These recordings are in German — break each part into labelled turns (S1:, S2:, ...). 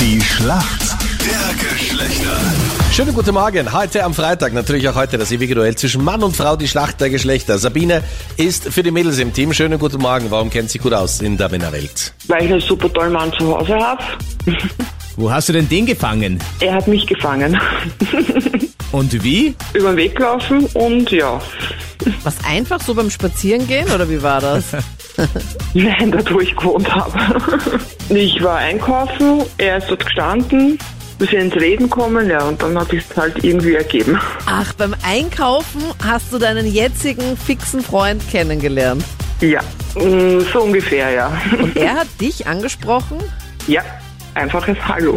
S1: Die Schlacht der Geschlechter.
S2: Schönen guten Morgen. Heute am Freitag, natürlich auch heute das ewige Duell zwischen Mann und Frau, die Schlacht der Geschlechter. Sabine ist für die Mädels im Team. Schönen guten Morgen. Warum kennt sie gut aus in der Männerwelt?
S3: weil ich einen super tollen Mann zu Hause habe.
S4: Wo hast du denn den gefangen?
S3: Er hat mich gefangen.
S4: Und wie?
S3: Über den Weg gelaufen und ja.
S5: Was einfach so beim Spazierengehen oder wie war das?
S3: Nein, da wo ich gewohnt habe. Ich war einkaufen, er ist dort gestanden, wir sind ins Reden gekommen, ja, und dann hat es halt irgendwie ergeben.
S5: Ach, beim Einkaufen hast du deinen jetzigen fixen Freund kennengelernt.
S3: Ja, Mm, so ungefähr, ja.
S5: Er hat dich angesprochen?
S3: Ja, einfaches Hallo.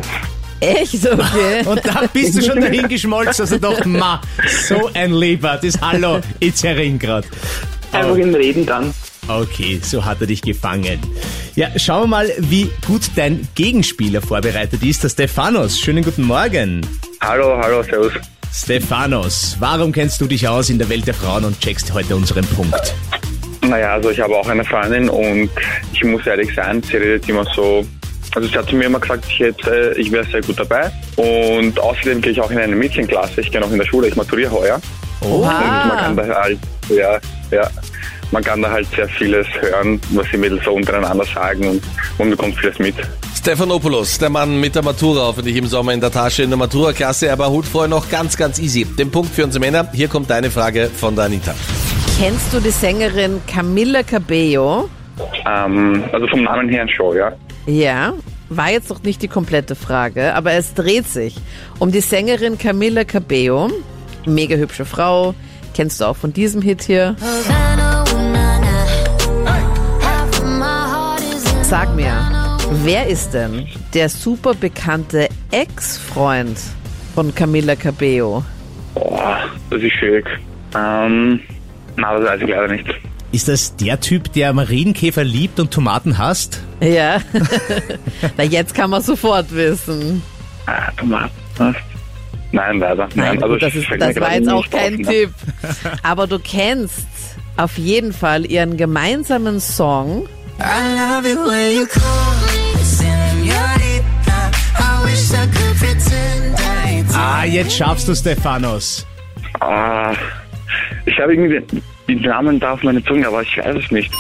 S5: Echt? Okay.
S4: Und da bist du schon dahin geschmolzen, dass du doch, ma, so ein Lieber, das Hallo, ich herin grad.
S6: Ah.
S3: Einfach im Reden dann.
S4: Okay, so hat er dich gefangen. Ja, schauen wir mal, wie gut dein Gegenspieler vorbereitet ist, der Stefanos. Schönen guten Morgen.
S6: Hallo, hallo, servus.
S4: Stefanos, warum kennst du dich aus in der Welt der Frauen und checkst heute unseren Punkt?
S6: Naja, also ich habe auch eine Freundin und ich muss ehrlich sein, sie redet immer so. Also sie hat zu mir immer gesagt, ich, hätte, äh, ich wäre sehr gut dabei. Und außerdem gehe ich auch in eine Mädchenklasse. Ich gehe noch in der Schule, ich maturiere heuer. Und man kann
S5: Oha.
S6: da halt, ja, ja, man kann da halt sehr vieles hören, was die Mädels so untereinander sagen und man bekommt vieles mit.
S2: Stephanopoulos, der Mann mit der Matura, hoffentlich im Sommer in der Tasche in der Matura-Klasse, aber holt vorher noch ganz, ganz easy. Den Punkt für unsere Männer. Hier kommt deine Frage von der Anita.
S5: Kennst du die Sängerin Camilla Cabello?
S6: Ähm, also vom Namen her ein Show, ja.
S5: Ja. War jetzt noch nicht die komplette Frage, aber es dreht sich um die Sängerin Camilla Cabello. Mega hübsche Frau. Kennst du auch von diesem Hit hier?
S7: Havana, ooh, na, na. Half of my heart is in
S5: Sag mir, wer ist denn der super bekannte Ex-Freund von Camila Cabello?
S6: Boah, das ist schwierig. Ähm, na, das weiß ich leider nicht.
S4: Ist das der Typ, der Marienkäfer liebt und Tomaten hasst?
S5: Ja, na jetzt kann man sofort wissen.
S6: Ah, Tomaten. was? Nein, leider.
S5: Nein,
S6: also
S5: gut, das, ist,
S6: fällt mir
S5: das war
S6: gerade
S5: jetzt auch
S6: nicht auf,
S5: kein
S6: ne?
S5: Tipp. Aber du kennst auf jeden Fall ihren gemeinsamen Song.
S8: I love it when you call me senorita. I wish I could pretend I ain't
S4: Ah, jetzt schaffst du, Stefanos.
S6: Ah, ich habe irgendwie den, den Namen da auf meine Zunge, aber ich weiß es nicht.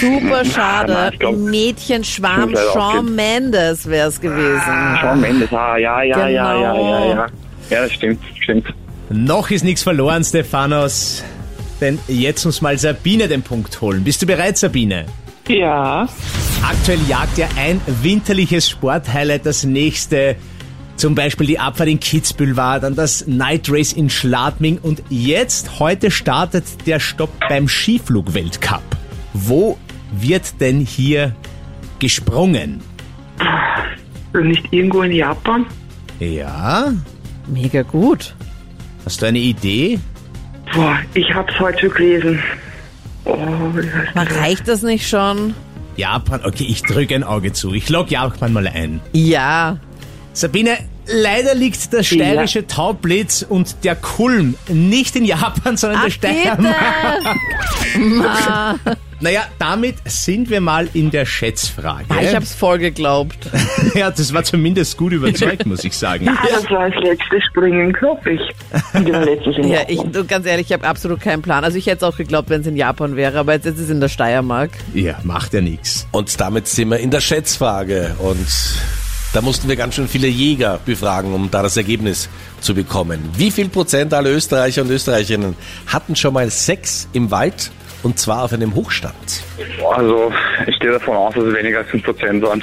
S5: Super
S6: na,
S5: schade.
S6: ich glaub, ich
S5: Mädchenschwarm
S6: muss leider
S5: Shawn
S6: aufgeben.
S5: Mendes wäre es gewesen.
S6: Shawn Mendes, ah, ja, ja, ja, ja, ja, ja. Ja, das stimmt, stimmt.
S4: Noch ist nichts verloren, Stefanos. Denn jetzt muss mal Sabine den Punkt holen. Bist du bereit, Sabine?
S3: Ja,
S4: Aktuell jagt ja ein winterliches Sporthighlight das nächste. Zum Beispiel die Abfahrt in Kitzbühel war, dann das Night Race in Schladming und jetzt, heute startet der Stopp beim Skiflug-Weltcup. Wo wird denn hier gesprungen?
S3: Also nicht irgendwo in Japan?
S4: Ja,
S5: Mega gut.
S4: hast du eine Idee?
S3: Boah, ich hab's heute gelesen. Oh, ja.
S5: Man reicht das nicht schon?
S4: Japan, okay, ich drücke ein Auge zu. Ich log Japan mal ein.
S5: Ja,
S4: Sabine, leider liegt der steirische Taublitz und der Kulm nicht in Japan, sondern der
S5: Ach,
S4: Steiermark.
S5: bitte.
S4: Naja, damit sind wir mal in der Schätzfrage.
S5: Ah, Ich hab's voll geglaubt.
S4: ja, das war zumindest gut überzeugt, muss ich sagen.
S3: Das war das letzte Springen, glaub ich. In der letzten
S6: Genau.
S3: Saison.
S5: Ja, ich, du, ganz ehrlich, ich habe absolut keinen Plan. Also ich hätte es auch geglaubt, wenn es in Japan wäre, aber jetzt ist es in der Steiermark.
S4: Ja, macht ja nichts.
S2: Und damit sind wir in der Schätzfrage. Und da mussten wir ganz schön viele Jäger befragen, um da das Ergebnis zu bekommen. Wie viel Prozent aller Österreicher und Österreicherinnen hatten schon mal Sex im Wald? Und zwar auf einem Hochstand.
S6: Also, ich gehe davon aus, dass es weniger als 5% waren.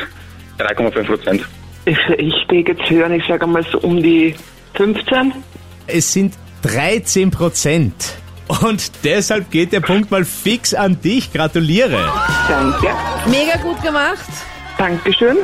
S6: 3,5 Prozent.
S3: Ich, ich stehe jetzt hören, ich sage einmal so um die 15.
S4: Es sind 13 Prozent. Und deshalb geht der Punkt mal fix an dich. Gratuliere.
S3: Danke.
S5: Mega gut gemacht.
S3: Dankeschön.